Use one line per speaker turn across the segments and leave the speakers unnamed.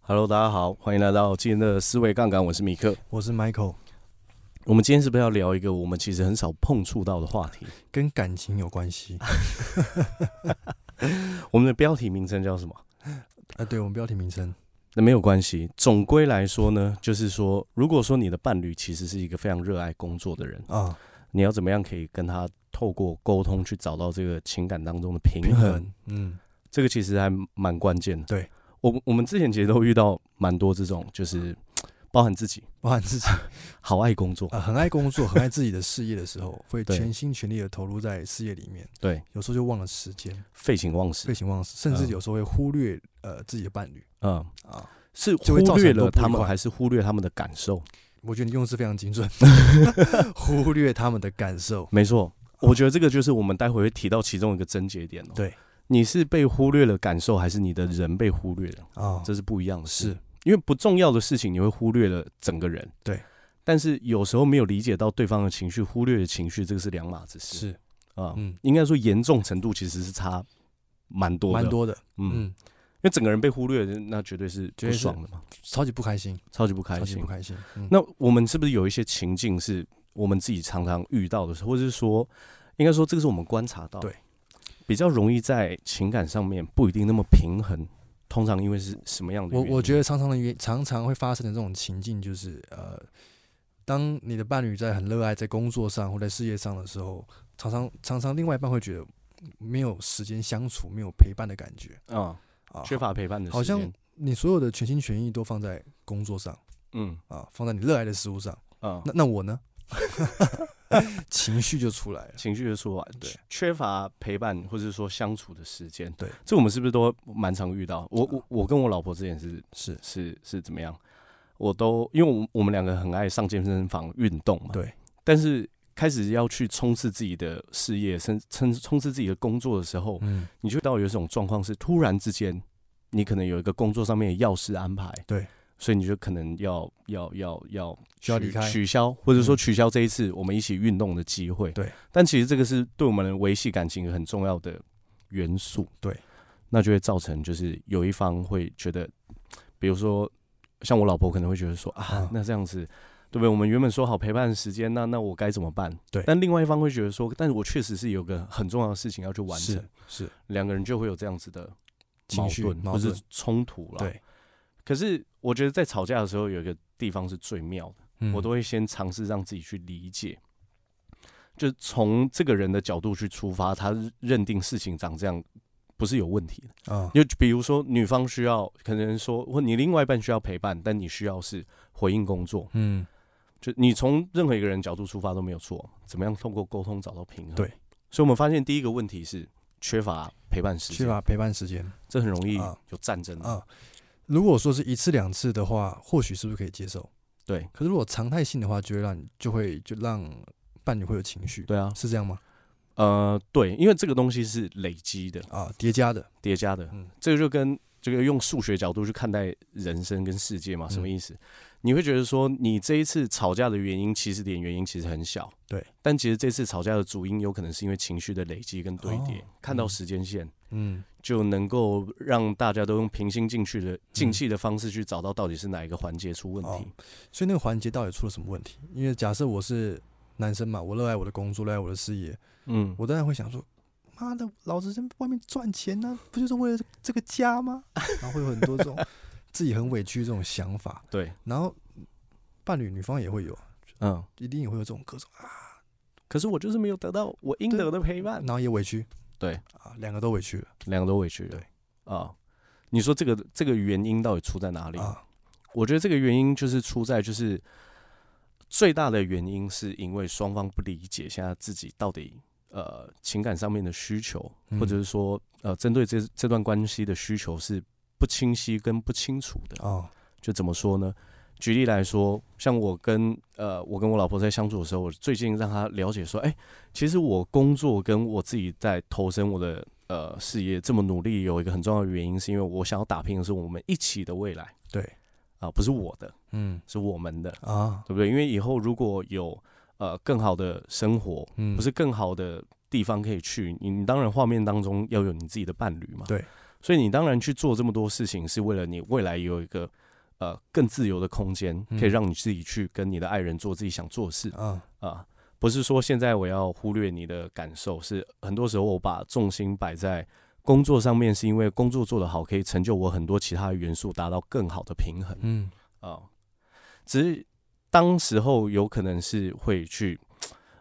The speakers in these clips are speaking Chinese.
Hello，大家好，欢迎来到今天的思维杠杆，我是米克。
我是 Michael，
我们今天是不是要聊一个我们其实很少碰触到的话题？
跟感情有 关系。
我们的标题名称叫什么？
啊，对，我们标题名称，
那没有关系。总归来说呢，就是说，如果说你的伴侣其实是一个非常热爱工作的人，
啊，
你要怎么样可以跟他透过沟通去找到这个情感当中的平衡？
平衡，嗯，
这个其实还蛮关键的。
对，
我我们之前其实都遇到蛮多这种，就是包含自己
包含 自己
好爱工作，
啊，很爱工作，很爱自己的事业的时候，会
对
全心全力的投入在事业里面，
对，
有时候就忘了时间，
废寝忘食
废，寝忘食，甚至
嗯
有时候会忽略呃自己的伴侣
嗯，
啊。
是
就会
忽
造成
略
很多
了
不愉
他们，
快
还是忽略他们的感受？
我觉得你用字非常 精准，忽略他们的感受。
没错，我觉得这个就是我们待会会提到其中一个症结点哦、
对，
你是被忽略了感受，还是你的人被忽略了？
啊，
这是不一样的事，
是
因为不重要的事情你会忽略了整个人。
对，
但是有时候没有理解到对方的情绪，忽略的情绪，这个是两码子事
是，
啊。
嗯，
应该说严重程度其实是差蛮多的，
蛮多的，
嗯，
嗯，
因为整个人被忽略，那绝对是
绝
不
对是
爽的嘛，
超级不开心，
超级不开
超级
心
不。开心。嗯
那我们是不是有一些情境是我们自己常常遇到的，或者是说，应该说这个是我们观察到，
对，
比较容易在情感上面不一定那么平衡。通常因为是什么样的
我
原因？
我觉得常常的原常常会发生的这种情境就是，呃，当你的伴侣在很热爱在工作上或在事业上的时候，常常常常另外一半会觉得没有时间相处，没有陪伴的感觉
得啊、
啊，
缺乏陪伴的时
好
间，
像你所有的全心全意都放在工作上
嗯
啊，放在你热爱的事物上，
啊，
那那我呢， 情绪就出来了。
情绪的说完，
对
缺缺乏陪伴或者是说相处的时间，
对，呃
这我们是不是都蛮常遇到？我我我跟我老婆之前是
是
是是怎么样？我都因为我们我们两个很爱上健身房运动嘛，
对，
但是开始要去冲刺自己的事业，甚冲冲刺自己的工作的时候，
嗯，
你就会到有一种状况是，突然之间，你可能有一个工作上面的要事安排，
对，
所以你就可能要要要要
需要
取
离开
取消，或者说
嗯
取消这一次我们一起运动的机会。
对，
但其实这个是对我们维系感情很重要的元素。
对，
那就会造成就是有一方会觉得，比如说像我老婆可能会觉得说啊，
嗯
那这样子。对不对？我们原本说好陪伴的时间，那那我该怎么办？
对
但另外一方会觉得说，但是我确实是有个很重要的事情要去完成
是，是
两个人就会有这样子的
情绪
矛盾
矛
或是
盾
冲突了。，
对，
可是我觉得在吵架的时候有一个地方是最妙的，
嗯
我都会先尝试让自己去理解，就是从这个人的角度去出发，他认定事情长这样不是有问题的。
啊，
就比如说女方需要，可能说或你另外一半需要陪伴，但你需要是回应工作，
嗯，
就你从任何一个人角度出发都没有错，怎么样通过沟通找到平衡？
对，
所以我们发现第一个问题是缺乏陪伴时
缺
间，
乏陪伴时间。
这很容易
啊
有战争的。
啊、如果说是一次两次的话，或许是不是可以接受？
对
可是如果常态性的话，就会让你就会就让伴侣会有情绪，
对啊，
是这样吗？
呃，对，因为这个东西是累积的、
啊，叠加的，
叠加的，
嗯
这个就跟这个用数学角度去看待人生跟世界嘛，什么
嗯
意思？你会觉得说，你这一次吵架的原因，其实点原因其实很小，
对，
但其实这次吵架的主因有可能是因为情绪的累积跟堆叠，
哦
看到
嗯
时间线。
嗯，
就能够让大家都用平心静气的静
嗯
气的方式去找到到底是哪一个环节出嗯问
哦
题。
所以那个环节到底出了什么问题？因为假设我是男生嘛，我热爱我的工作，热爱我的事业，
嗯，
我当然会想说，妈的，老子在外面赚钱呢、不就是为了这个家吗？ 然后会有很多这种自己很委屈这种想法，
对，
然后伴侣女方也会有，
嗯。
一定也会有这种各种啊，
可是我就是没有得到我应得的陪伴
然，后也委屈，
对
啊，两个都委屈了
两个都委屈了。
对
啊，你说这个这个原因到底出在哪里？
啊，
我觉得这个原因就是出在就是最大的原因是因为双方不理解现在自己到底呃情感上面的需求，
嗯
或者是说呃针对这这段关系的需求是不清晰跟不清楚的。
哦，
就怎么说呢？举例来说，像我跟呃，我跟我老婆在相处的时候，我最近让她了解说，哎、其实我工作跟我自己在投身我的呃事业这么努力，有一个很重要的原因，是因为我想要打拼的是我们一起的未来
对，
啊、不是我的，
嗯
是我们的，
啊，
对不对？因为以后如果有呃更好的生活，
嗯，
不是更好的地方可以去，你你当然画面当中要有你自己的伴侣嘛，
对，
所以你当然去做这么多事情，是为了你未来有一个呃更自由的空间，
嗯
可以让你自己去跟你的爱人做自己想做的事
啊，
啊、不是说现在我要忽略你的感受，是很多时候我把重心摆在工作上面，是因为工作做得好，可以成就我很多其他的元素，达到更好的平衡。
嗯
哦，只是当时候有可能是会去，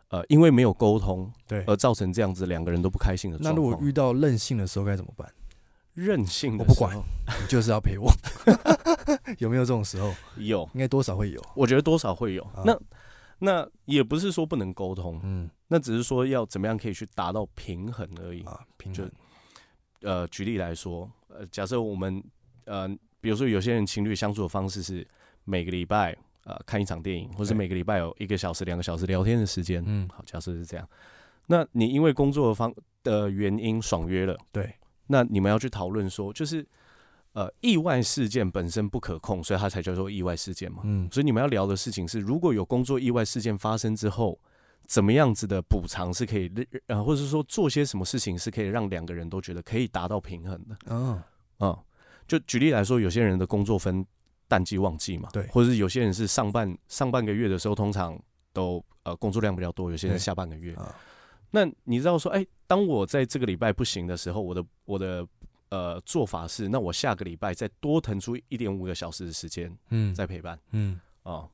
呃，因为没有沟通
对。
而造成这样子两个人都不开心的
那
呃状
如果
况。
遇到任性的时候该怎么办？
任性的
我不
时候
你就是要陪我， 有没有这种时候？
有，
应该多少会有。
我觉得多少会有。
啊
那那也不是说不能沟通，
嗯
那只是说要怎么样可以去达到平衡而已。
啊，平
就
衡
呃，举例来说，呃，假设我们呃，比如说有些人情侣相处的方式是每个礼拜呃看一场电影，或是
对
每个礼拜有一个小时、两个小时聊天的时间。
嗯
好，假设是这样，那你因为工作的方的原因爽约了，
对，
那你们要去讨论说，就是呃，意外事件本身不可控，所以它才叫做意外事件嘛。
嗯
所以你们要聊的事情是，如果有工作意外事件发生之后，怎么样子的补偿是可以，呃，或者是说做些什么事情是可以让两个人都觉得可以达到平衡的。
啊
嗯，就举例来说，有些人的工作分淡季旺季嘛，
对
或者是有些人是上半上半个月的时候，通常都呃工作量比较多，有些人
对
下半个月。
啊
那你知道说，哎、当我在这个礼拜不行的时候，我的我的呃做法是，那我下个礼拜再多腾出一点五个小时的时间
嗯
再陪伴
嗯
啊、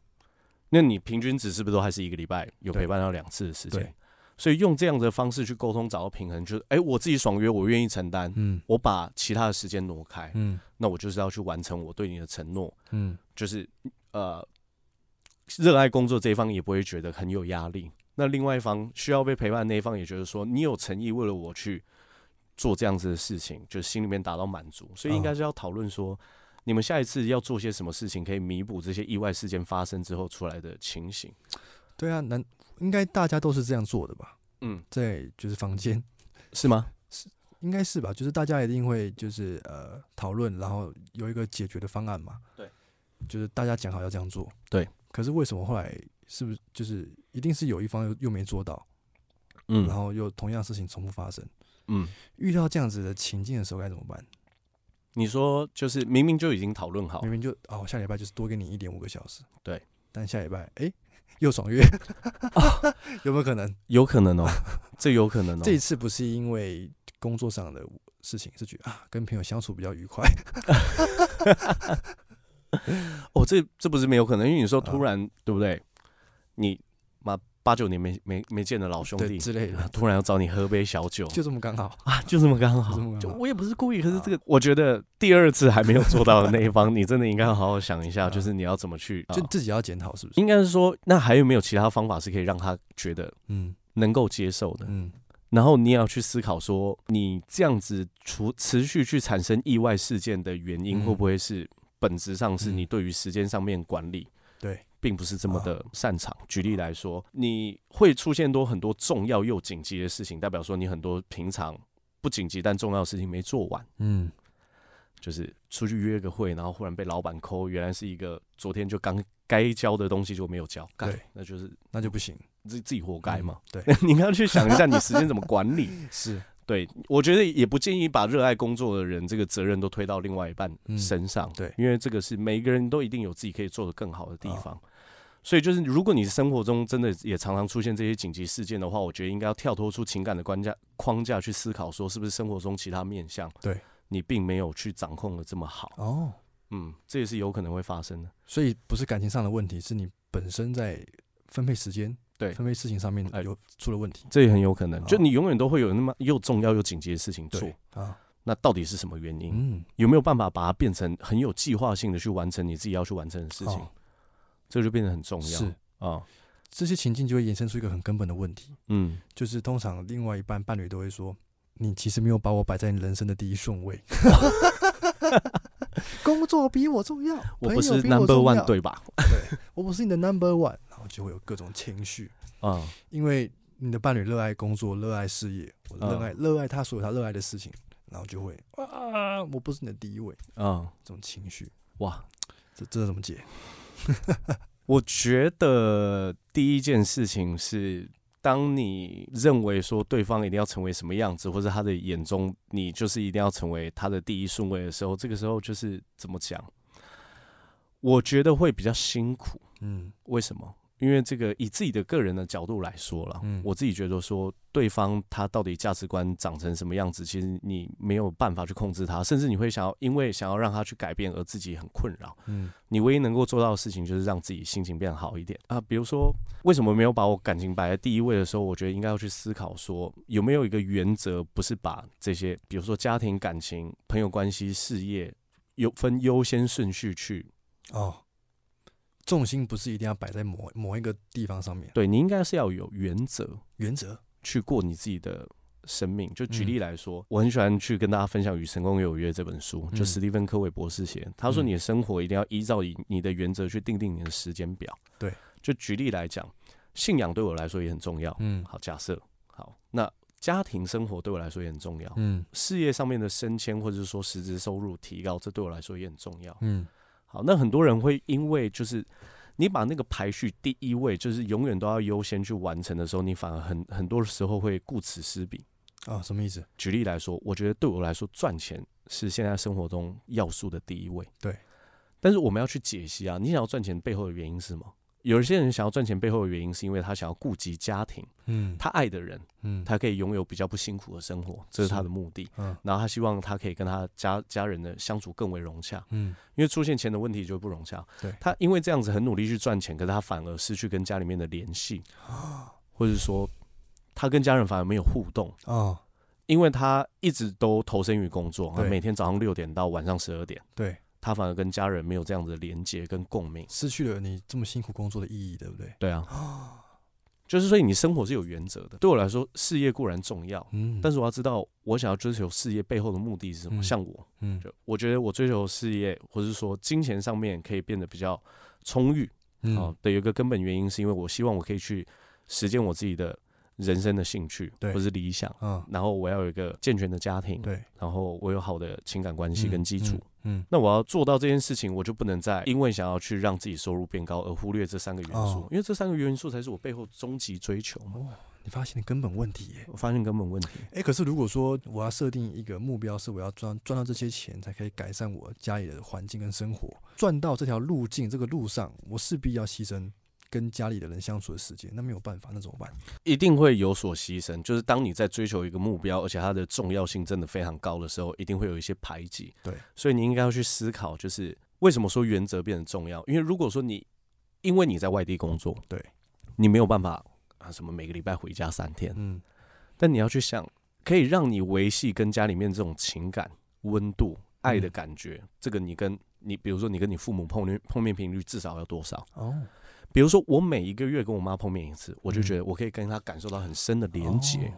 那你平均值是不是都还是一个礼拜有
对
陪伴到两次的时
对
间？所以用这样的方式去沟通，找到平衡，就是哎、我自己爽约，我愿意承担，
嗯
我把其他的时间挪开，
嗯
那我就是要去完成我对你的承诺，
嗯
就是呃，热爱工作这一方也不会觉得很有压力，那另外一方需要被陪伴的那一方也觉得说你有诚意为了我去做这样子的事情，就是心里面达到满足，所以应该是要讨论说。你们下一次要做些什么事情，可以弥补这些意外事件发生之后出来的情形？
对啊，难应该大家都是这样做的吧？
嗯，
在就是房间
是吗？
应该是吧？就是大家一定会就是呃讨论，然后有一个解决的方案嘛。
对，
就是大家讲好要这样做。
对，
可是为什么后来是不是就是一定是有一方又又没做到，然
嗯
后又同样事情重复发生？
嗯，
遇到这样子的情境的时候该怎么办？
你说就是明明就已经讨论好
明，明就哦，下礼拜就是多给你一点五个小时。
对，
但下礼拜哎、又爽 约， 有没有可能？
有可能哦、这有可能哦、
这一次不是因为工作上的事情，是觉得啊，跟朋友相处比较愉快。
哦，这这不是没有可能，因为你说突
啊
然，对不对？你妈八九年没没没见的老兄
对
弟，
之类的
啊，突然要找你喝杯小酒，
就这么刚好。
啊，就这么刚好
就这么刚。
就
好啊
我也不是故意，可是这个，我觉得第二次还没有做到的那一 方，你真的应该好好想一下，
啊
就是你要怎么去。啊
就自己要检讨，是不是？
应该是说，那还有没有其他方法是可以让他觉得
嗯
能够接受的？
嗯
然后你也要去思考说，你这样子除持续去产生意外事件的原因，
嗯
会不会是本质上是
嗯
你对于时间上面管理，
对，
并不是这么的擅长。举例来说，你会出现多很多重要又紧急的事情，代表说你很多平常不紧急但重要的事情没做完，
嗯
就是出去约个会，然后忽然被老板扣，原来是一个昨天就刚该交的东西就没有交，干
对，
那就是
那就不行。
自自己活该嘛。
嗯
你应该去想一下你时间怎么管理。
是，
对，我觉得也不建议把热爱工作的人这个责任都推到另外一半
嗯
身上，
对
因为这个是每一个人都一定有自己可以做得更好的地方。
嗯
所以就是，如果你生活中真的也常常出现这些紧急事件的话，我觉得应该要跳脱出情感的框架框架去思考，说是不是生活中其他面向，
对
你并没有去掌控的这么好。
哦，
嗯，这也是有可能会发生的。
所以不是感情上的问题，是你本身在分配时间、
对
分配事情上面
哎
有出了问题。
这也很有可能，
哦
就你永远都会有那么又重要又紧急的事情做
对，啊，
那到底是什么原因？
嗯，
有没有办法把它变成很有计划性的去完成你自己要去完成的事情？
哦
这就变得很重要。
是
啊，
这些情境就会延伸出一个很根本的问题，
嗯，
就是通常另外一半伴侣都会说，你其实没有把我摆在你人生的第一 顺位，工作比我重要，
我
朋
不
友
是
比我
number
重
one
要，
对吧？
我不是你的 number one，然后就会有各种情绪，
啊，
因为你的伴侣热爱工作，热爱事业，或者
嗯
热爱热爱他所有他热爱的事情，然后就会啊，我不是你的第一位，
啊，
这种情绪，
哇！
这这怎么解？
我觉得第一件事情是，当你认为说对方一定要成为什么样子，或者他的眼中你就是一定要成为他的第一顺位的时候，这个时候就是怎么讲？我觉得会比较辛苦。
嗯
为什么？因为这个以自己的个人的角度来说了，
嗯
我自己觉得说对方他到底价值观长成什么样子，其实你没有办法去控制他，甚至你会想要因为想要让他去改变而自己很困扰。
嗯
你唯一能够做到的事情就是让自己心情变好一点啊。比如说，为什么没有把我感情摆在第一位的时候，我觉得应该要去思考说，有没有一个原则，不是把这些，比如说家庭、感情、朋友关系、事业，有分优先顺序去。
哦，重心不是一定要摆在某某一个地方上面，
对你应该是要有原则
原则
去过你自己的。生命就
嗯
举例来说，我很喜欢去跟大家分享《与成功有约》这本书，就
嗯
史蒂芬·科维博士写，他说
嗯
你的生活一定要依照你你的原则去定定你的时间表。
对，
就举例来讲，信仰对我来说也很重要。
嗯
好，假设好，那家庭生活对我来说也很重要，
嗯
事业上面的升迁或者是说实质收入提高，这对我来说也很重要。
嗯
好，那很多人会因为就是你把那个排序第一位，就是永远都要优先去完成的时候，你反而很很多时候会顾此失彼。
啊、什么意思？
举例来说，我觉得对我来说，赚钱是现在生活中要素的第一位。
对，
但是我们要去解析啊，你想要赚钱背后的原因是什么？有一些人想要赚钱背后的原因，是因为他想要顾及家庭，
嗯
他爱的人，
嗯
他可以拥有比较不辛苦的生活，这是他的目的。
嗯
然后他希望他可以跟他家家人的相处更为融洽，
嗯
因为出现钱的问题就不融洽。
对
他因为这样子很努力去赚钱，可是他反而失去跟家里面的联 系，或者说他跟家人反而没有互动，
哦，
因为他一直都投身于工作，
对
每天早上六点到晚上十二点，
对，
他反而跟家人没有这样子的连接跟共鸣。
失去了你这么辛苦工作的意义，对不对？
对啊， 就是所以你生活是有原则的。对我来说，事业固然重要，
嗯，
但
是
是我要知道我想要追求事业背后的目的是什么。
嗯
像我，
嗯
就我觉得我追求事业，或是说金钱上面可以变得比较充裕
嗯
啊、的有一个根本原因，是因为我希望我可以去实践我自己的人生的兴趣
对
或是理想，
啊、
然后我要有一个健全的家庭，
对，
然后我有好的情感关系
嗯
跟基础。
嗯，
那我要做到这件事情，我就不能再因为想要去让自己收入变高而忽略这三个元素，
哦
因为这三个元素才是我背后终极追求嘛。
哦，你发现了根本问题耶。
我发现根本问题，
哎，可是如果说我要设定一个目标，是我要赚赚到这些钱，才可以改善我家里的环境跟生活，赚到这条路径这个路上，我势必要牺牲跟家里的人相处的时间，那没有办法，那怎么办？
一定会有所牺牲。就是当你在追求一个目标，而且它的重要性真的非常高的时候，一定会有一些排挤。
对，
所以你应该要去思考，就是为什么说原则变得重要？因为如果说你因为你在外地工作，
对，
你没有办法啊什么每个礼拜回家三天，
嗯
但你要去想，可以让你维系跟家里面这种情感、温度、爱
嗯
的感觉，这个你跟你，比如说你跟你父母碰面碰面频率至少要多少？
哦，
比如说我每一个月跟我妈碰面一次，我就觉得我可以跟她感受到很深的连结。
哦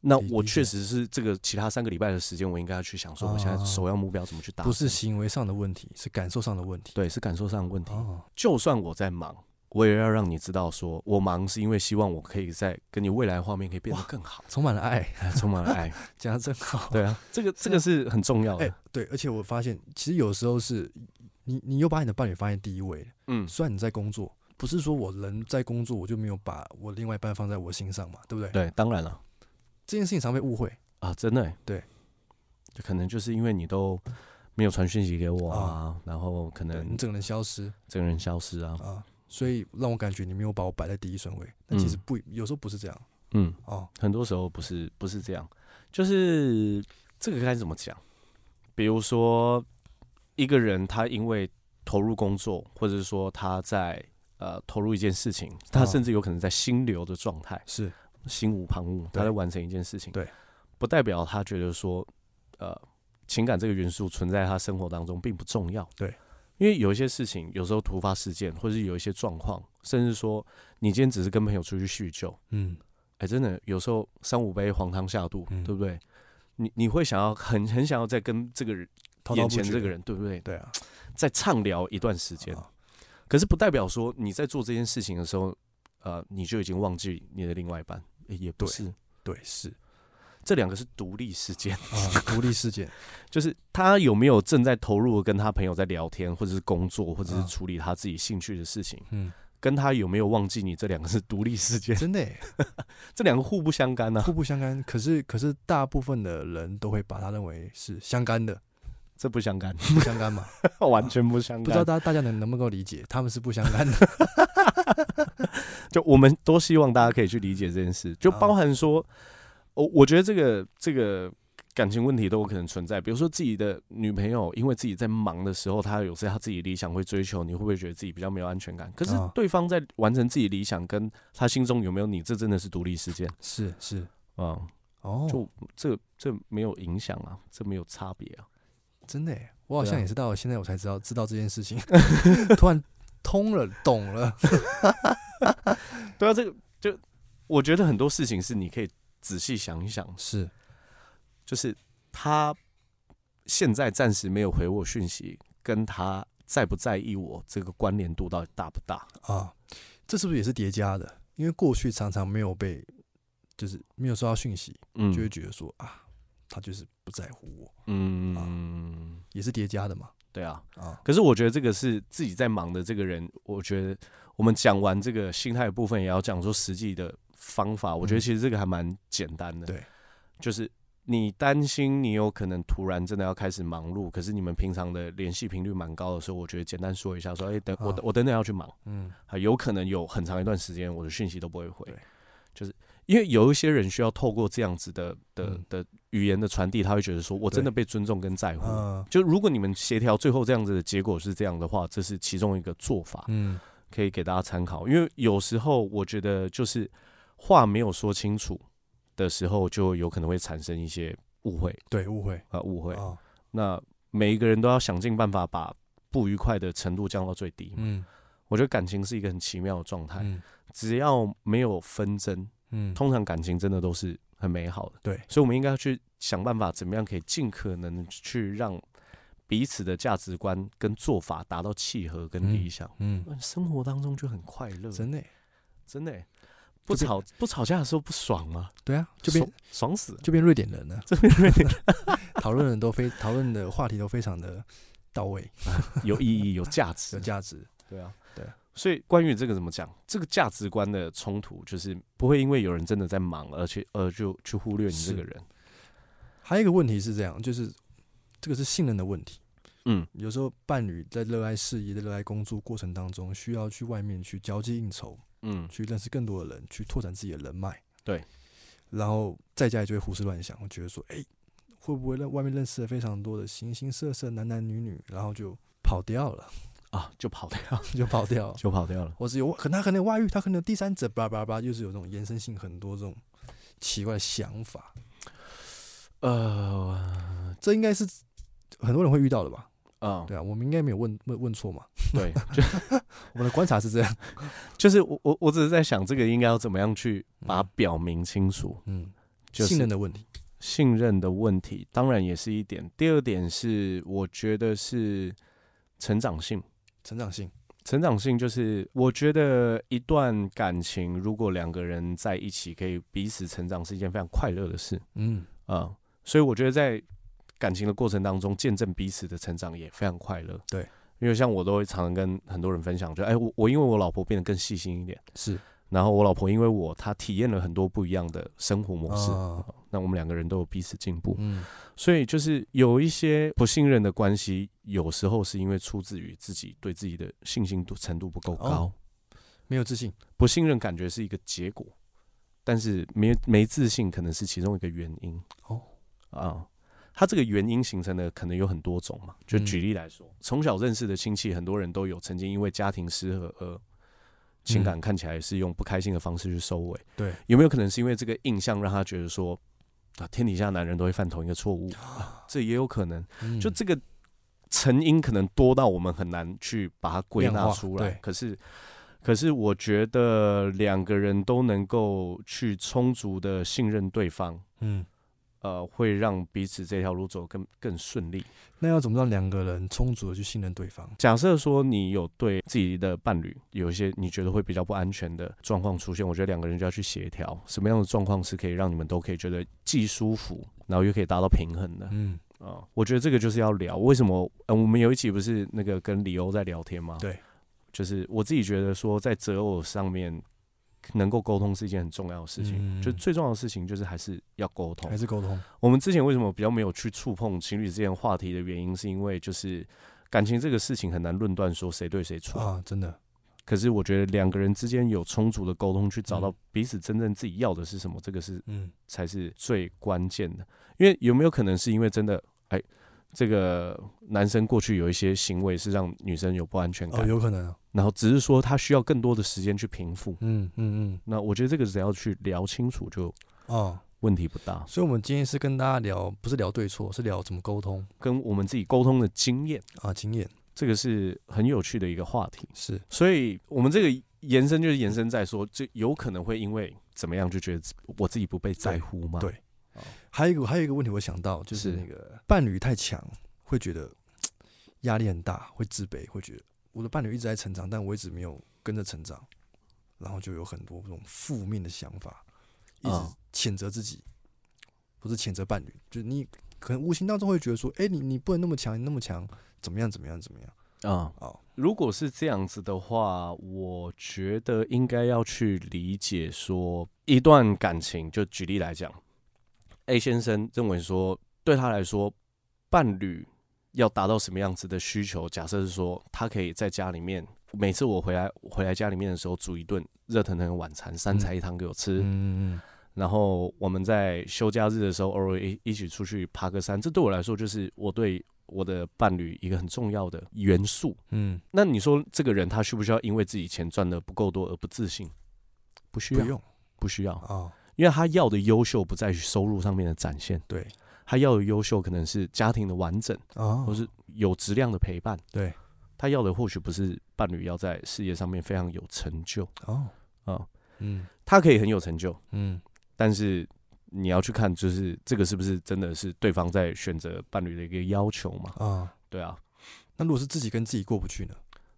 那
理
我
理
确
解
实是这个其他三个礼拜的时间，我应该要去想说，我现在
哦
首要目标怎么去达成？
不是行为上的问题，是感受上的问题。
对，是感受上的问题。
哦，
就算我在忙，我也要让你知道说，我忙是因为希望我可以在跟你未来画面可以变得更好，
充满了爱，
充满了爱。
讲的真好。
对啊，这个这个是很重要
哎、
的。
对，而且我发现，其实有时候是你，你又把你的伴侣放在第一位了。
嗯，
虽然你在工作，不是说我人在工作，我就没有把我另外一半放在我心上嘛，对不对？
对，当然了
这件事情常被误会。
啊，真的欸
对，
就可能就是因为你都没有传讯息给我啊，然后可
对
能
你整个人消失
这个人消失啊，
啊，所以让我感觉你没有把我摆在第一顺位。但其实不，有时候不是这样
嗯，
哦。
很多时候不是不是这样，就是这个该怎么讲？比如说一个人他因为投入工作，或者是说他在呃投入一件事情，他
啊
甚至有可能在心流的状态，
是，
心无旁骛，
对
他在完成一件事情，
对，
不代表他觉得说，呃，情感这个元素存在他生活当中并不重要，
对，
因为有一些事情，有时候突发事件，或者是有一些状况，甚至说你今天只是跟朋友出去叙旧，
嗯，
哎、真的有时候三五杯黄汤下肚，
嗯
对不对？你你会想要很很想要再跟这个人
滔滔
眼
不绝。
前这个人，对不对？
对啊，
再畅聊一段时间，
啊
可是不代表说你在做这件事情的时候，呃，你就已经忘记你的另外一半，诶也不
对
是。
对是
这两个是独立事件，
啊，独立事件
就是他有没有正在投入地跟他朋友在聊天，或者是工作，或者是
啊
处理他自己兴趣的事情，
嗯，
跟他有没有忘记你，这两个是独立事件，
真的耶
这两个互不相干呢、啊
互不相干。可是可是大部分的人都会把它认为是相干的。
这不相干，
不相干嘛？
完全不相干。
不知道大大家能能不能够理解，他们是不相干的。
就我们都希望大家可以去理解这件事，就包含说，我我觉得这个这个感情问题都有可能存在。比如说自己的女朋友，因为自己在忙的时候，她有时她自己理想会追求，你会不会觉得自己比较没有安全感？可是
啊
对方在完成自己理想，跟他心中有没有你，这真的是独立事件
是是，
啊、
哦，
就这这没有影响啊，这没有差别啊。
真的耶，我好
对啊
像也是到现在我才知道知道这件 事情，突然通了，懂了。
对啊，这个就我觉得很多事情是你可以仔细想一想，
是
就是他现在暂时没有回我讯息，跟他在不在意我这个关联度到底大不大？
啊，这是不是也是叠加的？因为过去常常没有被，就是没有收到讯息，
嗯
就会觉得说、啊，他就是不在乎我，
嗯，
也是叠加的嘛。
对啊。
啊，
可是我觉得这个是自己在忙的这个人，我觉得我们讲完这个心态的部分，也要讲说实际的方法。我觉得其实这个还蛮简单的，
对，
就是。你担心你有可能突然真的要开始忙碌，可是你们平常的联系频率蛮高的时候，我觉得简单说一下说哎、等我
啊
我等等要去忙，
嗯，
啊，有可能有很长一段时间我的讯息都不会回
对，
就是因为有一些人需要透过这样子的的
嗯
的语言的传递，他会觉得说我真的被尊重跟在乎。
啊，
就如果你们协调最后这样子的结果是这样的话，这是其中一个做法，
嗯，
可以给大家参考。因为有时候我觉得就是话没有说清楚的时候，就有可能会产生一些误会
对，误会，
啊误会。
啊，
那每一个人都要想尽办法把不愉快的程度降到最低。
嗯，
我觉得感情是一个很奇妙的状态。
嗯，
只要没有纷争，
嗯，
通常感情真的都是很美好的。
对
所以我们应该要去想办法，怎么样可以尽可能去让彼此的价值观跟做法达到契合跟理想。
嗯，
那生活当中就很快乐，
真的耶，
真的欸、不吵不吵架的时候不爽吗？
对啊，就变
爽爽死了，
就变瑞典人了，
这边
讨论人都非讨论的话题都非常的到位，
有意 义有价
有
值，
价值。
对啊，
对。
所以关于这个怎么讲，这个价值观的冲突，就是不会因为有人真的在忙，而且而就去忽略你这
是
个人。
还有一个问题是这样，就是这个是信任的问题。
嗯，
有时候伴侣在热爱事业、在热爱工作过程当中，需要去外面去交际应酬，
嗯，
去认识更多的人，去拓展自己的人脉。
对，
然后在家里就会胡思乱想，会觉得说，哎、会不会在外面认识了非常多的形形色色男男女女，然后就跑掉了，
啊，就跑掉，
就跑掉了，
就跑掉了。
或是有可能他可能有外遇，他可能有第三者，叭叭叭，就是有这种延伸性很多这种奇怪的想法，
呃，
这应该是很多人会遇到的吧？
啊、
对啊，我们应该没有问问问错嘛？
对， 就
我们的观察是这样，
就是我我我只是在想，这个应该要怎么样去把它表明清楚，
嗯，
就是
信任的问题，
信任的问题，当然也是一点。第二点是，我觉得是成长性。
成长性，
成长性就是，我觉得一段感情如果两个人在一起可以彼此成长，是一件非常快乐的事
嗯，
啊、所以我觉得在感情的过程当中，见证彼此的成长也非常快乐。
对，
因为像我都会常常跟很多人分享，就哎、我我因为我老婆变得更细心一点。
是
然后我老婆因为我，她体验了很多不一样的生活模式。
啊
那我们两个人都有彼此进步，
嗯，
所以就是有一些不信任的关系，有时候是因为出自于自己对自己的信心度程度不够高，
哦没有自信，
不信任感觉是一个结果，但是没没自信可能是其中一个原因
哦
啊。它这个原因形成的可能有很多种嘛，就
嗯
举例来说，从小认识的亲戚，很多人都有曾经因为家庭失和而情感看起来是用不开心的方式去收尾。
对，
有没有可能是因为这个印象让他觉得说啊，天底下男人都会犯同一个错误、啊这也有可能。
嗯
就这个成因可能多到我们很难去把它归
量
纳
化
出来
对。
可是，可是我觉得两个人都能够去充足的信任对方，
嗯，
呃，会让彼此这条路走更更顺利。
那要怎么让两个人充足的去信任对方？
假设说你有对自己的伴侣有一些你觉得会比较不安全的状况出现，我觉得两个人就要去协调，什么样的状况是可以让你们都可以觉得既舒服，然后又可以达到平衡的啊、
嗯，
我觉得这个就是要聊，为什么？呃，我们有一期不是那个跟李欧在聊天吗？
对，
就是我自己觉得说在择偶上面能够沟通是一件很重要的事情。
嗯
就最重要的事情就是还是要沟通
还。是沟通，
我们之前为什么比较没有去触碰情侣之间的话题的原因，是因为就是感情这个事情很难论断说谁对谁错。
啊，真的，
可是我觉得两个人之间有充足的沟通，去找到
嗯
彼此真正自己要的是什么，这个是
嗯，
才是最关键的。因为有没有可能是因为真的，哎，这个男生过去有一些行为是让女生有不安全
哦，
感，
有可能啊，
然后只是说他需要更多的时间去平复。
嗯嗯
那我觉得这个只要去聊清楚，就
嗯，哦，
问题不大。
所以我们今天是跟大家聊，不是聊对错，是聊怎么沟通
跟我们自己沟通的经验，
啊，经验
这个是很有趣的一个话题。
是，
所以我们这个延伸就是延伸在说，这有可能会因为怎么样就觉得我自己不被在乎吗？
对还有一个还有一个问题我想到就是
是
那个伴侣太强，会觉得压力很大，会自卑，会觉得我的伴侣一直在成长，但我一直没有跟着成长，然后就有很多这种负面的想法，一直
啊
谴责自己，不是谴责伴侣，就是你可能无形当中会觉得说，哎、你你不能那么强，你那么强，怎么样怎么样怎么样
啊、
哦，
如果是这样子的话，我觉得应该要去理解说，一段感情，就举例来讲，A 先生认为说，对他来说，伴侣要达到什么样子的需求？假设是说，他可以在家里面，每次我回来回来家里面的时候，煮一顿热腾腾的晚餐，三菜一汤给我吃，
嗯嗯
然后我们在休假日的时候，偶尔一一起出去爬个山，这对我来说就是我对我的伴侣一个很重要的元素。
嗯，
那你说这个人他需不需要因为自己钱赚的不够多而不自信？不需
不
要，
用
不需要
啊、，哦，
因为他要的优秀不在于收入上面的展现，
对
他要的优秀可能是家庭的完整，
啊，
或是有质量的陪伴。
对
他要的或许不是伴侣要在事业上面非常有成就
哦，
啊、
嗯
他可以很有成就，
嗯
但是你要去看，就是这个是不是真的是对方在选择伴侣的一个要求嘛？
啊、哦
对啊，
那如果是自己跟自己过不去呢？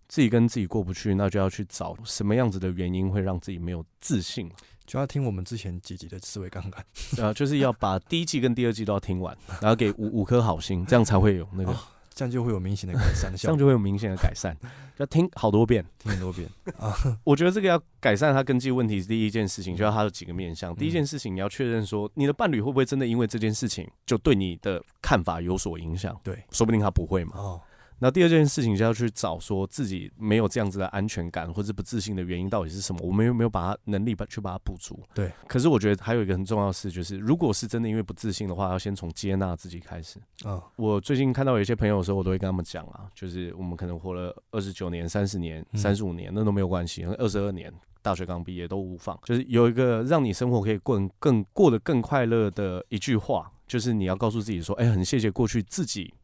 自己跟自己过不去，那就要去找什么样子的原因会让自己没有自信。
就要听我们之前几集的思维杠杆。
啊，就是要把第一季跟第二季都要听完，然后给五五颗好心，这样才会有那个，
哦这样就会有明显的改善的
这
效
样
果。
就会有明显的改善。要听好多遍，
听很多遍啊，
我觉得这个要改善它根基问题，第一件事情就要它有几个面向。
嗯
第一件事情，你要确认说你的伴侣会不会真的因为这件事情就对你的看法有所影响，
对，
说不定他不会嘛。
哦，
那第二件事情就要去找说自己没有这样子的安全感或者不自信的原因到底是什么，我们有没有把它能力把去把它补足？
对。
可是我觉得还有一个很重要的事，就是如果是真的因为不自信的话，要先从接纳自己开始。
啊，
我最近看到有一些朋友的时候，我都会跟他们讲啊，就是我们可能活了二十九年、三十年、
嗯
三十五年，那都没有关系，二十二年。大学刚毕业都无妨，就是有一个让你生活可以更更过得更快乐的一句话，就是你要告诉自己说，哎、很谢谢过去自己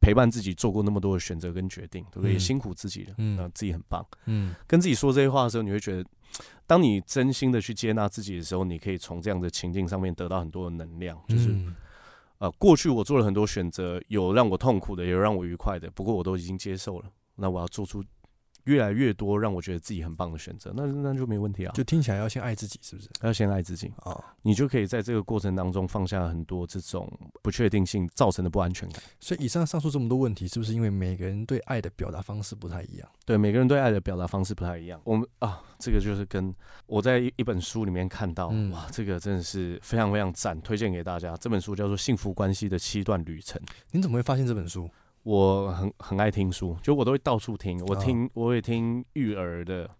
陪伴自己做过那么多的选择跟决定，对不对？
嗯
也辛苦自己了，
嗯
那自己很棒。
嗯，
跟自己说这些话的时候，你会觉得，当你真心的去接纳自己的时候，你可以从这样的情境上面得到很多的能量，就是
嗯
呃，过去我做了很多选择，有让我痛苦的，也有让我愉快的，不过我都已经接受了。那我要做出越来越多让我觉得自己很棒的选择，那那就没问题啊。
就听起来要先爱自己，是不是？
要先爱自己，
啊，
你就可以在这个过程当中放下很多这种不确定性造成的不安全感。
所以以上上述这么多问题，是不是因为每个人对爱的表达方式不太一样？
对每个人对爱的表达方式不太一样，我们啊，这个就是跟我在一一本书里面看到，
嗯
哇，这个真的是非常非常赞，推荐给大家。这本书叫做《幸福关系的七段旅程》。
你怎么会发现这本书？
我很很爱听书，就我都会到处听。我
啊
听、我也听育儿的，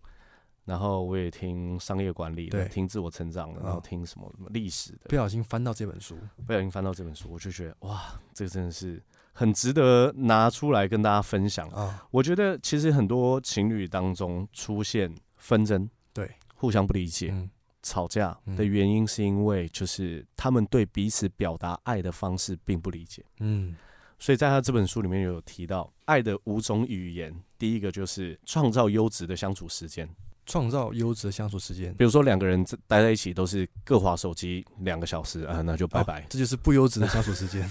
然后我也听商业管理的，
对
听自我成长的，
啊
然后听什么历史的。
不小心翻到这本书，
不小心翻到这本书，我就觉得哇，这个真的是很值得拿出来跟大家分享。
啊，
我觉得其实很多情侣当中出现纷争，
对，
互相不理解、
嗯
吵架
嗯
的原因，是因为就是他们对彼此表达爱的方式并不理解。
嗯
所以在他这本书里面有提到爱的五种语言，第一个就是创造优质的相处时间，
创造优质的相处时间，
比如说两个人在待在一起都是各划手机两个小时啊，那就拜拜。
这就是不优质的相处时间，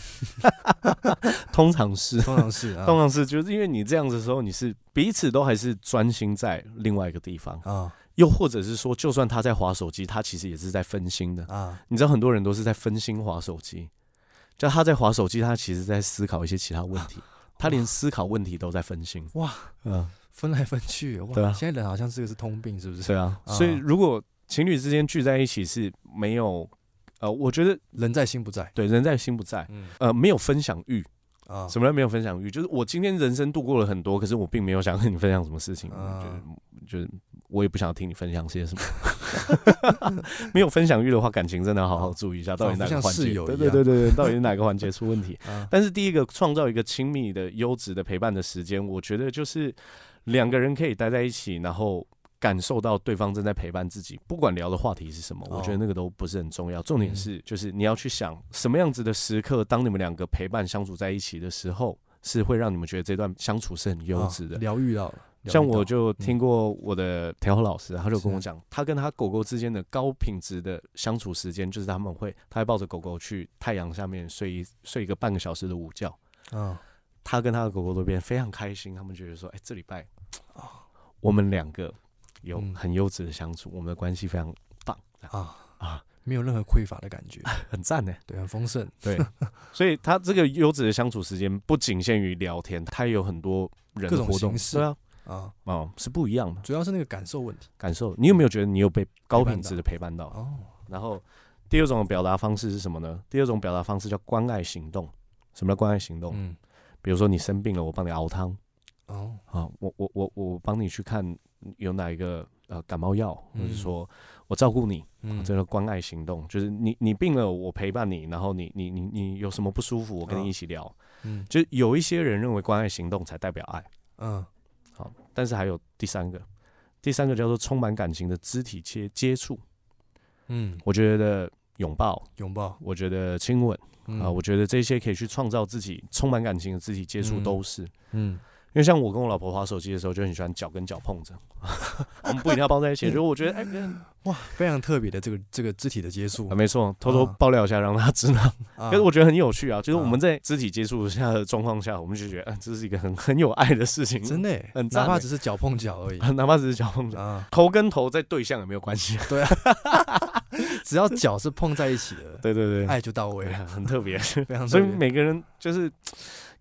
通常是，
通常是啊
通常是，就是因为你这样子的时候，你是彼此都还是专心在另外一个地方，
啊
又或者是说，就算他在划手机，他其实也是在分心的。
啊，
你知道很多人都是在分心划手机，就他在划手机，他其实在思考一些其他问题，他连思考问题都在分心。
哇，
嗯。
分来分去，哇
对啊，
现在人好像这个是通病，是不是？
对啊，
啊
所以如果情侣之间聚在一起是没有，呃，我觉得
人在心不在。
对人在心不在，
嗯
呃，没有分享欲。
啊，
什么叫没有分享欲？就是我今天人生度过了很多，可是我并没有想跟你分享什么事情，
啊
就是就是我也不想听你分享些什么。 没有分享欲的话，感情真的要好好注意一下，到底哪个
仿佛像
环节？
室友
对
一
对
样
对对对，到底是哪个环节出问题？
啊
但是第一个创造一个亲密的、优质的陪伴的时间，我觉得就是两个人可以待在一起，然后感受到对方正在陪伴自己，不管聊的话题是什么，
哦
我觉得那个都不是很重要。重点是，就是你要去想什么样子的时刻，当你们两个陪伴相处在一起的时候，是会让你们觉得这段相处是很优
啊
质的。
疗愈到了。疗愈
像
到
我
了
就听过我的调和老师啊，他就跟我
是
讲，他跟他狗狗之间的高品质的相处时间，就是他们会，他会抱着狗狗去太阳下面睡一睡一个半个小时的午觉，
啊
他跟他的狗狗都变得非常开心，他们觉得说，哎、这礼拜我们两个有
哦嗯
很优质的相处，我们的关系非常棒，
啊
啊，
没有任何匮乏的感觉，
很赞 呢。
对，很丰盛。
对，所以他这个优质的相处时间不仅限于聊天，他也有很多人
各种
活动
形，式
对啊，
啊，
哦，是不一样的
主要是那个感受问题。
感受。你有没有觉得你有被高品质
陪伴到
的陪伴到？
哦，
然后第二种表达方式是什么呢？第二种表达方式叫关爱行动。什么叫关爱行动？
嗯，
比如说你生病了，我帮你熬汤
哦，
啊，我我我我帮你去看有哪一个呃感冒药，或者
嗯
说我照顾你，
嗯，
啊这叫关爱行动。就是你你病了，我陪伴你，然后你你你你有什么不舒服，我跟你
啊
一起聊。
嗯
就有一些人认为关爱行动才代表爱，
嗯，
好，但是还有第三个，第三个叫做充满感情的肢体接接触。
嗯，
我觉得拥抱，
拥抱
我觉得亲吻。
嗯
啊，我觉得这些可以去创造自己充满感情的肢体接触
嗯
都是。
嗯
因为像我跟我老婆划手机的时候，就很喜欢脚跟脚碰着， 我们不一定要抱在一
嗯
起。就是我觉得，哎、
哇，非常特别的这个这个肢体的接触
啊，，没错，偷偷
啊
爆料一下，让他知道。
可
可是我觉得很有趣啊，就是我
啊
们在肢体接触下的状况下，我们就觉得，嗯，这是一个很很有爱的事情。
真的耶
很赞
哪怕
耶
只是脚碰脚而已
哪怕只是脚碰着，
啊，
头跟头在对象也没有关系。啊
只要脚是碰在一起的，
对对对，
爱就到位
对
了，
啊，很特别。
非常
所以
特别
每个人就是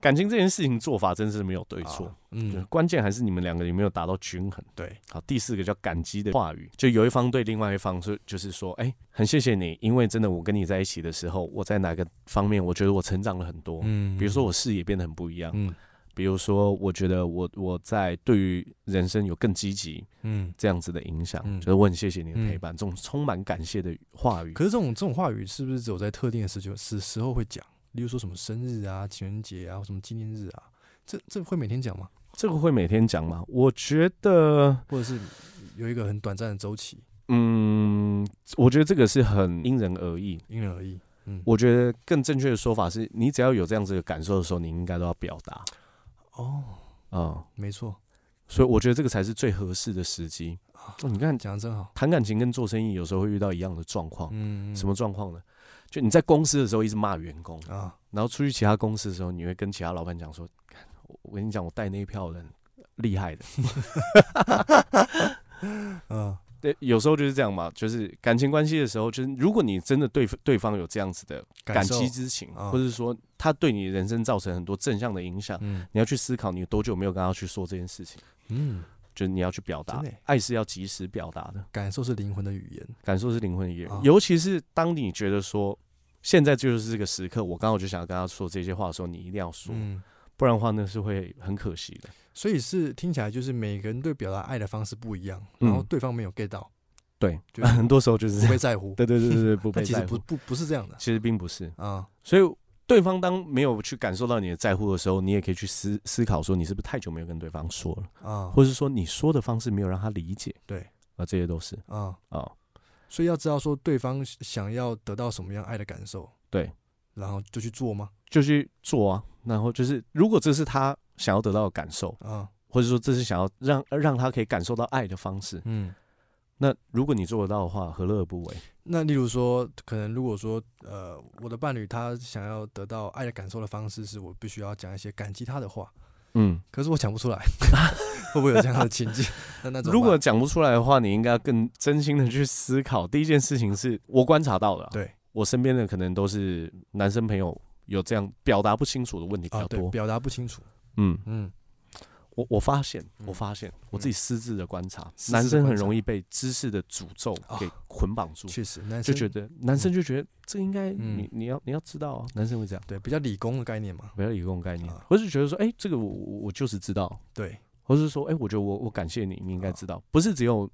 感情这件事情做法，真是没有对错
啊，嗯，
关键还是你们两个有没有达到均衡。
对，
好，第四个叫感激的话语，就有一方对另外一方说，就是说，哎、很谢谢你，因为真的我跟你在一起的时候，我在哪个方面我觉得我成长了很多，
嗯
比如说我视野变得很不一样，
嗯
比如说我觉得我我在对于人生有更积极
嗯，
这样子的影响，
嗯
就是我很谢谢你的
嗯
陪伴，这种充满感谢的话语。
可是这种这种话语是不是只有在特定的时就时时候会讲？例如说什么生日啊、情人节啊、或什么纪念日啊，这这会每天讲吗？
这个会每天讲吗？我觉得，
或者是有一个很短暂的周期，
嗯，我觉得这个是很因人而异。
因人而异。嗯，
我觉得更正确的说法是，你只要有这样子的感受的时候，你应该都要表达。
哦，
嗯，
没错，
所以我觉得这个才是最合适的时机。哦、你看，
讲的真好。
谈感情跟做生意有时候会遇到一样的状况，
嗯，嗯
哦什么状况呢？就你在公司的时候一直骂员工，
啊？
然后出去其他公司的时候，你会跟其他老板讲说：“看我我跟你讲，我带那一票人厉害的。
嗯，”
对，有时候就是这样嘛，就是感情关系的时候，就是如果你真的对对方有这样子的感
受
激，之情，
啊
或者说他对你人生造成很多正向的影响，
嗯
你要去思考你有多久没有跟他去说这件事情，
嗯，
就是你要去表达
真的耶，
爱是要及时表达的。
感受是灵魂的语言。
感受是灵魂的语言
啊，
尤其是当你觉得说现在就是这个时刻，我刚好就想要跟他说这些话的时候，你一定要说，
嗯，
不然的话那是会很可惜的。
所以是听起来就是每个人对表达爱的方式不一样，
嗯
然后对方没有 get 到，
对，
就
很多时候就是这
不会
样。
在乎。
对对对对对，不被
但其实
在
不
乎，
不不是这样的
其实并不是。
啊。
所以对方当没有去感受到你的在乎的时候，你也可以去思思考说，你是不是太久没有跟对方说了，
啊，
或是说你说的方式没有让他理解。
对
啊，这些都是
啊，
啊，
所以要知道说对方想要得到什么样爱的感受，
对，
然后就去做吗？
就去做啊。然后就是，如果这是他想要得到的感受，
啊，
或者说这是想要让让他可以感受到爱的方式，
嗯。
那如果你做得到的话，何乐而不为？
那例如说，可能如果说，呃，我的伴侣他想要得到爱的感受的方式，是我必须要讲一些感激他的话，
嗯，
可是我讲不 出来，会不会有这样的情境？那那怎么办
如果讲不出来的话，你应该要更真心的去思考。第一件事情是我观察到的啊、
对
我身边的可能都是男生朋友有这样表达不清楚的问题比
啊
较，
对
多。
表达不清楚，
嗯，
嗯
我我发现，
嗯
我发现我自己私自的观察，
私自地
男生很
观察
容易被知识的诅咒
啊
给捆绑住，
确实男
就
生
觉得男生就觉得这应该
嗯
你你要你要知道啊，男生会这样，
对比较理工的概念嘛，
不要有这种概念
啊，
或是觉得说，哎，这个我我我就是知道，
对，
或是说，哎、我觉得我我感谢你，你
啊
应该知道，不是只有，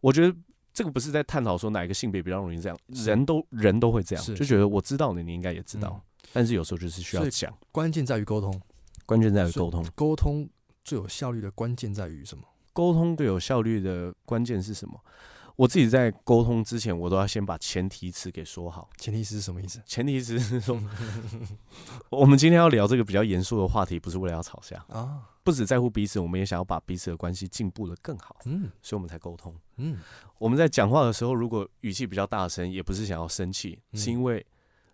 我觉得这个不是在探讨说哪一个性别比较容易这样，
是
人都人都会这样，
是嗯
就觉得我知道你，你应该也知道，但是有时候就是需要
所以
讲，
关键在于沟通，
关键在于
所以
沟通，
沟通最有效率的关键在于什么？
沟通最有效率的关键是什么？我自己在沟通之前，我都要先把前提词给说好。
前提是什么意思？
前提词是说， 我们今天要聊这个比较严肃的话题，不是为了要吵架，
啊，
不只在乎彼此，我们也想要把彼此的关系进步的更好，
嗯
所以我们才沟通。
嗯，
我们在讲话的时候，如果语气比较大声，也不是想要生气，
嗯
是因为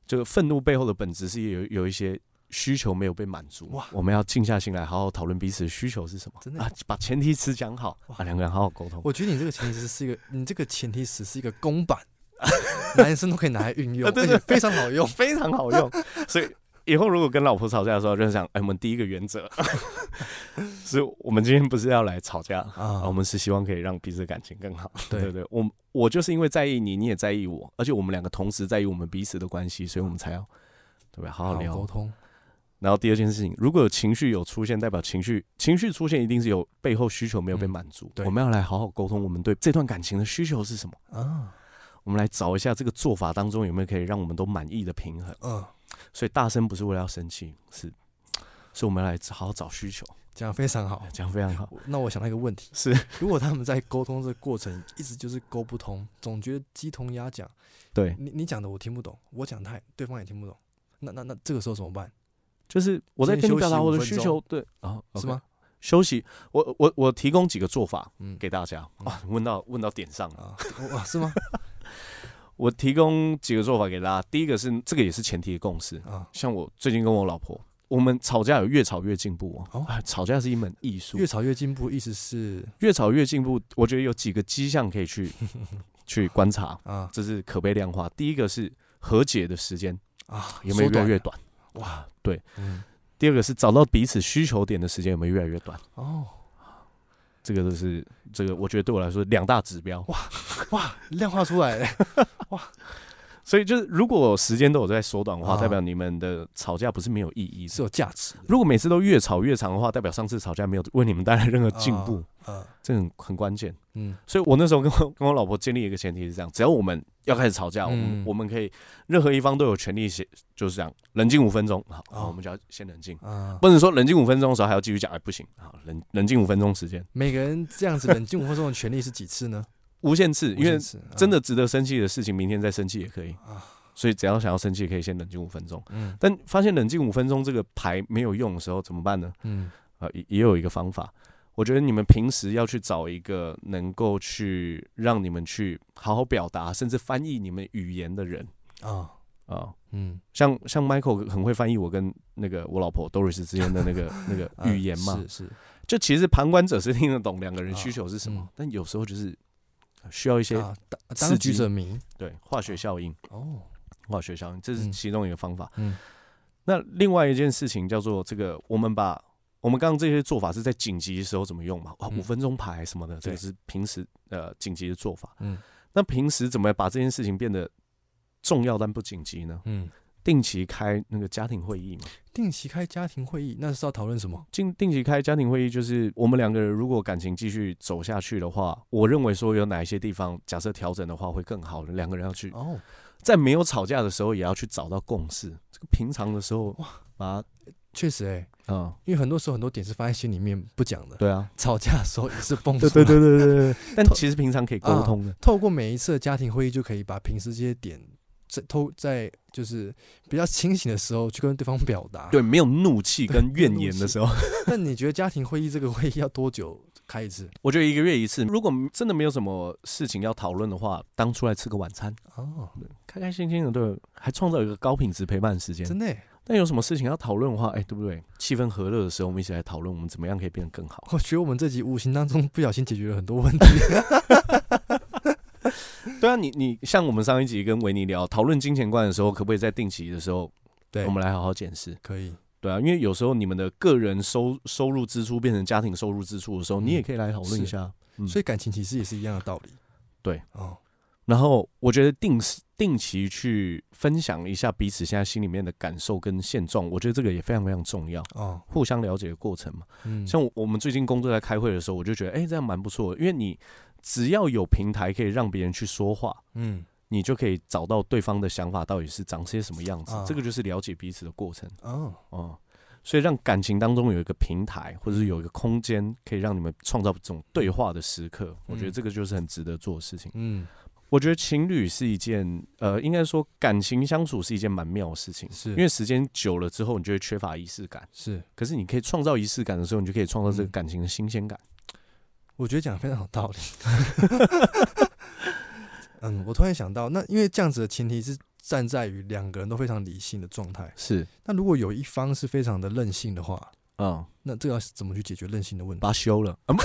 这个愤怒背后的本质是有有一些需求没有被满足。
哇
我们要静下心来，好好讨论彼此的需求是什么。
真的
啊，把前提词讲好，
哇
啊，两个人好好沟通。
我觉得你这个前提词是一个，你这个前提词是一个公版，男生都可以拿来运用，
啊对。
而且非常好用
非常好 用， 所以以后如果跟老婆吵架的时候，就想，哎，我们第一个原则， 所以我们今天不是要来吵架。啊，
啊
我，们是希望可以让彼此的感情更好，
对
对对，我我就是因为在意你，你也在意我，而且我们两个同时在意我们彼此的关系，所以我们才要对吧？好好聊
沟通，
然后第二件事情，如果有情绪有出现，代表情绪情绪出现一定是有背后需求没有被
嗯
满足。
对
我们要来好好沟通，我们对这段感情的需求是什么？
啊，
我们来找一下这个做法当中有没有可以让我们都满意的平衡。
嗯，
所以大声不是为了要生气，是是我们要来好好找需求，
讲得非常好。
这样非常好。
我那我想到一个问题，
是
如果他们在沟通这个过程一直就是沟不通，总觉得鸡同鸭讲，
对，
你你讲的我听不懂，我讲太对方也听不懂，那那那这个时候怎么办？
就是我在跟你表达我的需
先休息
求，对啊，
是吗？？
休息，我我我提供几个做法
嗯，
给大家
嗯
啊，问到问到点上了。
啊，哇，是吗？
我提供几个做法给大家，第一个是这个也是前提的共识，
啊，
像我最近跟我老婆，我们吵架有越吵越进步哦。
哦
啊，吵架是一门艺术，
越
越
吵越进步，意思是
吵越进步，我觉得有几个迹象可以 去去观察，
啊
这是可被量化。第一个是和解的时间
啊，
有没有
缩
越来越
短了？
短？
哇，
对。
嗯，
第二个是找到彼此需求点的时间有没有越来越短？
哦，
这个都是这个，我觉得对我来说两大指标。
哇，量化出来了，
所以就是如果时间都有在缩短的话，
啊
代表你们的吵架不是没有意义
是
的。
有价值的。
如果每次都越吵越长的话，代表上次吵架没有为你们带来任何进步，
呃，
这很很关键。
嗯，
所以我那时候跟我跟我老婆建立一个前提是这样：只要我们要开始吵架，我们
嗯
我们可以任何一方都有权利写，就是这样，冷静五分钟。好，
哦
好我们就要先冷静，
啊，
不能说冷静五分钟的时候还要继续讲，哎，不行，好，冷冷静五分钟时间，
每个人这样子冷静五分钟的权利是几次 呢？
无限次，因为
无限次
真的值得生气的事情，明天再生气也可以
嗯啊。
所以只要想要生气，可以先冷静五分钟。
嗯
但发现冷静五分钟这个牌没有用的时候，怎么办呢？
嗯，
啊，也也有一个方法，我觉得你们平时要去找一个能够去让你们去好好表达，甚至翻译你们语言的人
啊，
啊。
嗯，
像像 Michael 很会翻译我跟那个我老婆 Doris 之间的那个 那个
啊
语言嘛，
是是，
就其实旁观者是听得懂两个人需求是什么，
嗯
但有时候就是需要一些、
啊，当
刺
当局
激
者迷
对化学效应，
哦，
化学效应，这是
嗯
其中一个方法。
嗯
那另外一件事情叫做这个，我们把我们刚刚这些做法是在紧急的时候怎么用嘛？哇，
嗯
五分钟牌什么的，这个
对
是平时呃紧急的做法。
嗯
那平时怎么把这件事情变得重要但不紧急呢？
嗯，
定期开那个家庭会议嘛，
定期开家庭会议，那是要讨论什么？
定定期开家庭会议就是我们两个人如果感情继续走下去的话，我认为说有哪一些地方假设调整的话会更好，两个人要去
哦，
在没有吵架的时候也要去找到共识。这个平常的时候
哇
把
确实哎，
它嗯
因为很多时候很多点是放在心里面不讲的，
对 啊，
吵架的时候也是蹦出
对
来。
对对对对对， 啊但其实平常可以沟通的，
透过每一次的家庭会议，就可以把平时这些点，在偷在就是比较清醒的时候去跟对方表达。
对，，没有怒气跟
对
怨言的时候，
那你觉得家庭会议这个会议要多久开一次？
我觉得一个月一次。如果真的没有什么事情要讨论的话，当出来吃个晚餐，
哦，
开开心心的，对，还创造一个高品质陪伴时间。
真的耶，
但有什么事情要讨论的话，哎、对不对？气氛和乐的时候，我们一起来讨论我们怎么样可以变得更好。
我觉得我们这集无形当中不小心解决了很多问题。
对啊，你你像我们上一集跟维尼聊讨论金钱观的时候，可不可以在定期的时候，
对，
我们来好好检视？
可以，
对啊，因为有时候你们的个人收收入支出变成家庭收入支出的时候，
嗯
你也可以来讨论一下。嗯
所以感情其实也是一样的道理。
对，
哦，
然后我觉得定时定期去分享一下彼此现在心里面的感受跟现状，我觉得这个也非常非常重要，
哦，
互相了解的过程嘛。
嗯，
像我我们最近工作在开会的时候，我就觉得，哎、这样蛮不错的，因为你只要有平台可以让别人去说话，
嗯
你就可以找到对方的想法到底是长些什么样子。
啊
这个就是了解彼此的过程
哦，
哦、所以让感情当中有一个平台，或者是有一个空间，可以让你们创造这种对话的时刻。我觉得
嗯
这个就是很值得做的事情。
嗯，
我觉得情侣是一件，呃，应该说感情相处是一件蛮妙的事情，
是
因为时间久了之后，你就会缺乏仪式感。
是，
可是你可以创造仪式感的时候，你就可以创造这个
嗯
感情的新鲜感。
我觉得讲得非常有道 理。嗯，我突然想到，那因为这样子的前提是站在于两个人都非常理性的状态。
是，
那如果有一方是非常的任性的话，
嗯，
那这个要怎么去解决任性的问题？
把它修了。嗯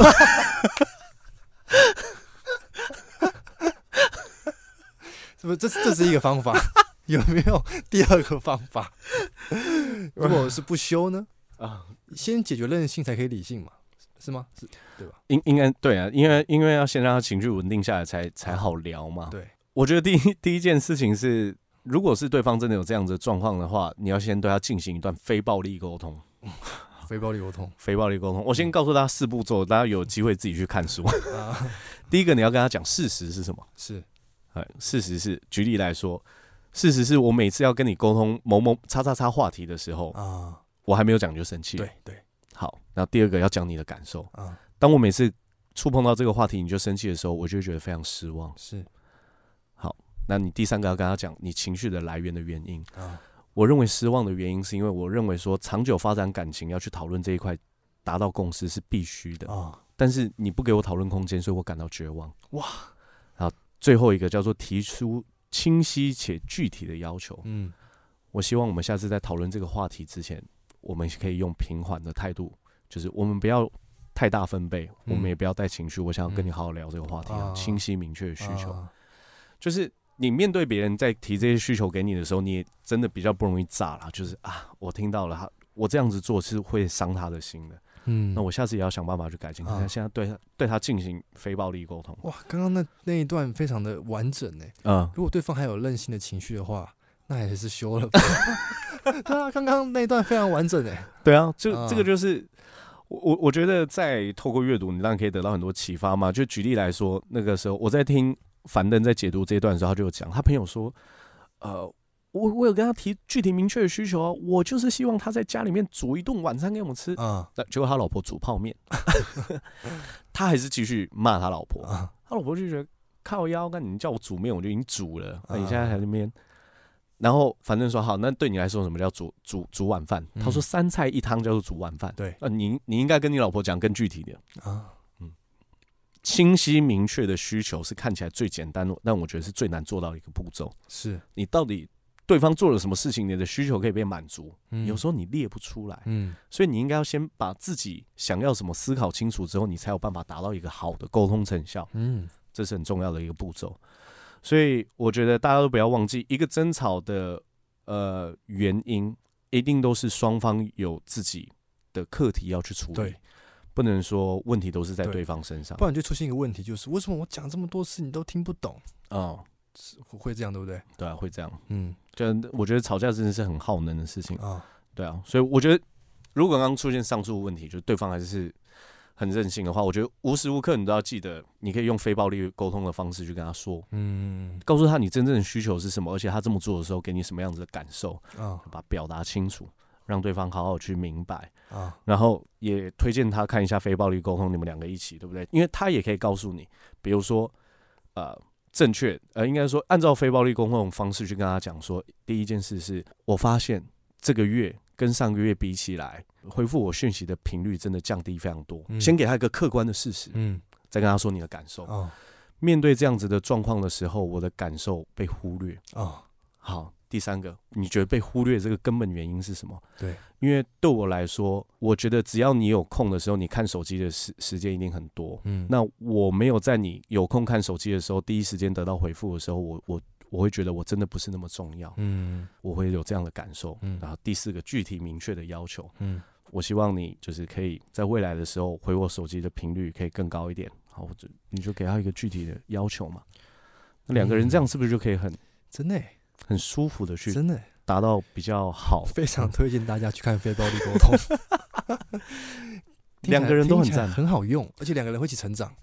是不是？这是这是一个方法， 有没有第二个方法？ 如果是不修呢？
啊，
先解决任性才可以理性嘛，是吗？是，
应应该对啊，因为因为要先让他情绪稳定下来才，才好聊嘛。
对，
我觉得第一第一件事情是，如果是对方真的有这样子的状况的话，你要先对他进行一段非暴力沟通。
非暴力 沟通
非暴力沟通，我先告诉大家四步骤，大家有机会自己去看书。
啊，
第一个，你要跟他讲事实是什么。
是
哎，事实是，举例来说，事实是我每次要跟你沟通某某叉叉叉话题的时候，
啊，
我还没有讲你就生气。，
对对
好，然后第二个要讲你的感受。
啊，
当我每次触碰到这个话题你就生气的时候，我就会觉得非常失望。
是
那你第三个要跟他讲你情绪的来源的原因。
啊，
我认为失望的原因是因为我认为说长久发展感情要去讨论这一块，达到共识是必须的。
啊，
但是你不给我讨论空间，所以我感到绝望。
哇！
然后最后一个叫做提出清晰且具体的要求。
嗯，
我希望我们下次在讨论这个话题之前，我们可以用平缓的态度，就是我们不要太大分贝，我
嗯
们也不要带情绪。我想要跟你
嗯
好好聊这个话题，
啊
要清晰明确的需求。
啊
就是你面对别人在提这些需求给你的时候，你也真的比较不容易炸啦。就是啊，我听到了他，我这样子做是会伤他的心的。
嗯，
那我下次也要想办法去改进。
啊
看现在对他对他进行非暴力沟通。
哇，刚刚那那一段非常的完整呢。
嗯，
如果对方还有任性的情绪的话，那还是修 了吧。 对啊，刚刚那一段非常完整哎。
对啊，就、
啊
这个就是我我我觉得在透过阅读，你当然可以得到很多启发嘛。就举例来说，那个时候我在听樊登在解读这一段的时候，他就有讲，他朋友说，呃，我我有跟他提具体明确的需求啊，我就是希望他在家里面煮一顿晚餐给我们吃。
啊
那结果他老婆煮泡面， 他还是继续骂他老婆，
啊，
他老婆就觉得靠腰，那你叫我煮面，我就已经煮了，那你
啊
现在还在那边。然后反正说好，那对你来说什么叫煮煮煮晚饭？
嗯
他说三菜一汤叫做煮晚饭。
对
那你你应该跟你老婆讲更具体的、
啊，
清晰明确的需求是看起来最简单的，但我觉得是最难做到的一个步骤。
是。
你到底对方做了什么事情，你的需求可以被满足？
嗯
有时候你列不出来，
嗯
所以你应该要先把自己想要什么思考清楚之后，你才有办法达到一个好的沟通成效。
嗯
这是很重要的一个步骤。所以我觉得大家都不要忘记，一个争吵的呃原因，一定都是双方有自己的课题要去处理
对，
不能说问题都是在
对
对方身上
不。然就出现一个问题，就是为什么我讲这么多次你都听不懂？
哦，
是会会这样对不对？
对啊，会这样。
嗯
就我觉得吵架真的是很耗能的事情。
啊，
对啊，所以我觉得如果刚刚出现上述问题，就是对方还是很任性的话，我觉得无时无刻你都要记得，你可以用非暴力沟通的方式去跟他说，
嗯
告诉他你真正的需求是什么，而且他这么做的时候给你什么样子的感受。
啊
把它表达清楚，让对方好好去明白，
啊，
然后也推荐他看一下非暴力沟通，你们两个一起，对不对？因为他也可以告诉你，比如说，呃，正确，呃，应该说按照非暴力沟通的方式去跟他讲说，第一件事是我发现这个月跟上个月比起来，回复我讯息的频率真的降低非常多。
嗯
先给他一个客观的事实，
嗯
再跟他说你的感受。
啊
面对这样子的状况的时候，我的感受被忽略。
啊，
好，第三个，你觉得被忽略这个根本原因是什么？
对，
因为对我来说，我觉得只要你有空的时候，你看手机的时时间一定很多。
嗯
那我没有在你有空看手机的时候，第一时间得到回复的时候，我我我会觉得我真的不是那么重要，
嗯
我会有这样的感受。
嗯
然后第四个具体明确的要求，
嗯
我希望你就是可以在未来的时候回我手机的频率可以更高一点，好，我就你就给他一个具体的要求嘛。那两个人这样是不是就可以很
真的欸
很舒服的去哦嗯
真的欸
达到比较好？
非常推荐大家去看非暴力沟 通，听起来
两个人都很
听起来
赞
很好用，而且两个人会一起成长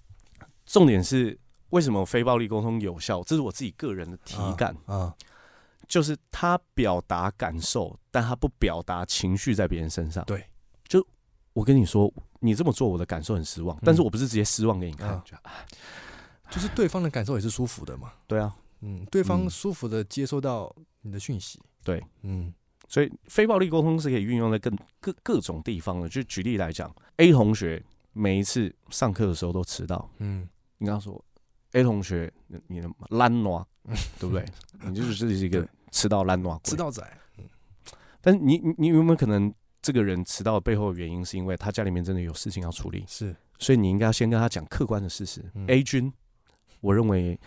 重点是为什么非暴力沟通有效？这是我自己个人的体感，
啊。
就是他表达感受，但他不表达情绪在别人身上。
对，
就我跟你说，你这么做我的感受很失望，但是我不是直接失望给你看，
啊
就
就是对方的感受也是舒服的嘛，
对啊。
嗯，对方
嗯
舒服的接收到你的讯息，
对，
嗯
所以非暴力沟通是可以运用在更各各种地方的。就举例来讲，A 同学每一次上课的时候都迟到，
嗯，
你跟他说，A 同学，你你的懒惰，对 不对？你就是这是一个
对
迟到懒惰鬼，
知道仔，
但是你你你有没有可能，这个人迟到背后的原因是因为他家里面真的有事情要处理，
是
所以你应该要先跟他讲客观的事实。
嗯
A 君，我认为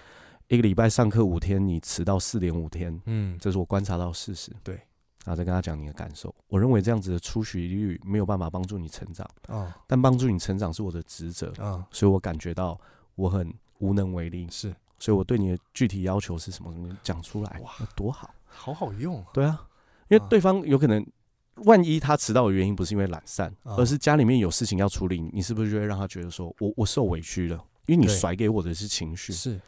一个礼拜上课五天，你迟到四点五天，
嗯
这是我观察到的事实。
对，
然后再跟他讲你的感受。我认为这样子的出席率没有办法帮助你成长，
啊
但帮助你成长是我的职责，
啊
所以我感觉到我很无能为力，
是，
所以我对你的具体要求是什么，你讲出来，哇，多好。
好好用啊，
对啊，因为
啊
对方有可能，万一他迟到的原因不是因为懒散，
啊
而是家里面有事情要处理，你是不是就会让他觉得说我我受委屈了？因为你
对
甩给我的是情绪，
是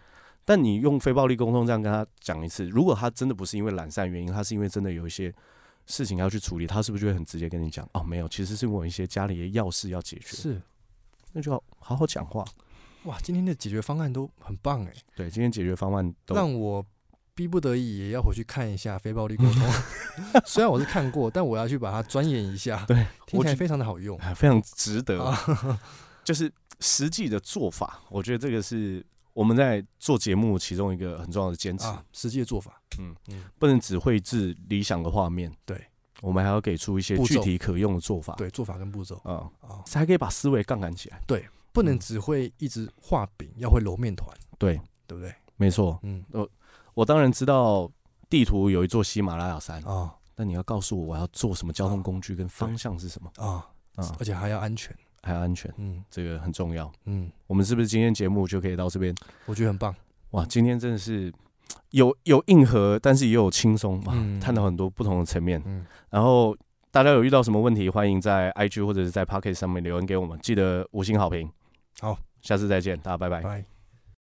但你用非暴力沟通这样跟他讲一次，如果他真的不是因为懒散原因，他是因为真的有一些事情要去处理，他是不是就会很直接跟你讲？哦，没有，其实是我一些家里的要事要解决，
是，
那就要好好讲话。
哇，今天的解决方案都很棒哎，
对，今天解决方案都
让我逼不得已也要回去看一下非暴力沟 通。虽然我是看过，但我要去把它钻研一下。
对，
听
我觉
起来
得
非常的好用。
啊非常值得。
啊，
就是实际的做法，我觉得这个是我们在做节目其中一个很重要的坚持，
啊实际的做法，
嗯
嗯，
不能只绘制理想的画面，
对，
我们还要给出一些
步
具
骤
体可用的做法，
对，做法跟步骤
啊、
啊，
才可以把思维杠杆起来。
不能
嗯
只会一直画饼，要会揉面团，
对，
对不对？
没错，
嗯
我当然知道地图有一座喜马拉雅山，
啊
但你要告诉我我要做什么交通工具跟方向是什么
啊，
啊、
而且还要安全。
还有安全，
嗯
这个很重要。
嗯，
我们是不是今天节目就可以到这边？
我觉得很棒。
哇，今天真的是有有硬核，但是也有轻松哇
嗯，
探讨很多不同的层面。
嗯，
然后大家有遇到什么问题，欢迎在 IG 或者是在 Pocket 上面留言给我们，记得五星好评。
好，
下次再见，大家拜拜。
拜。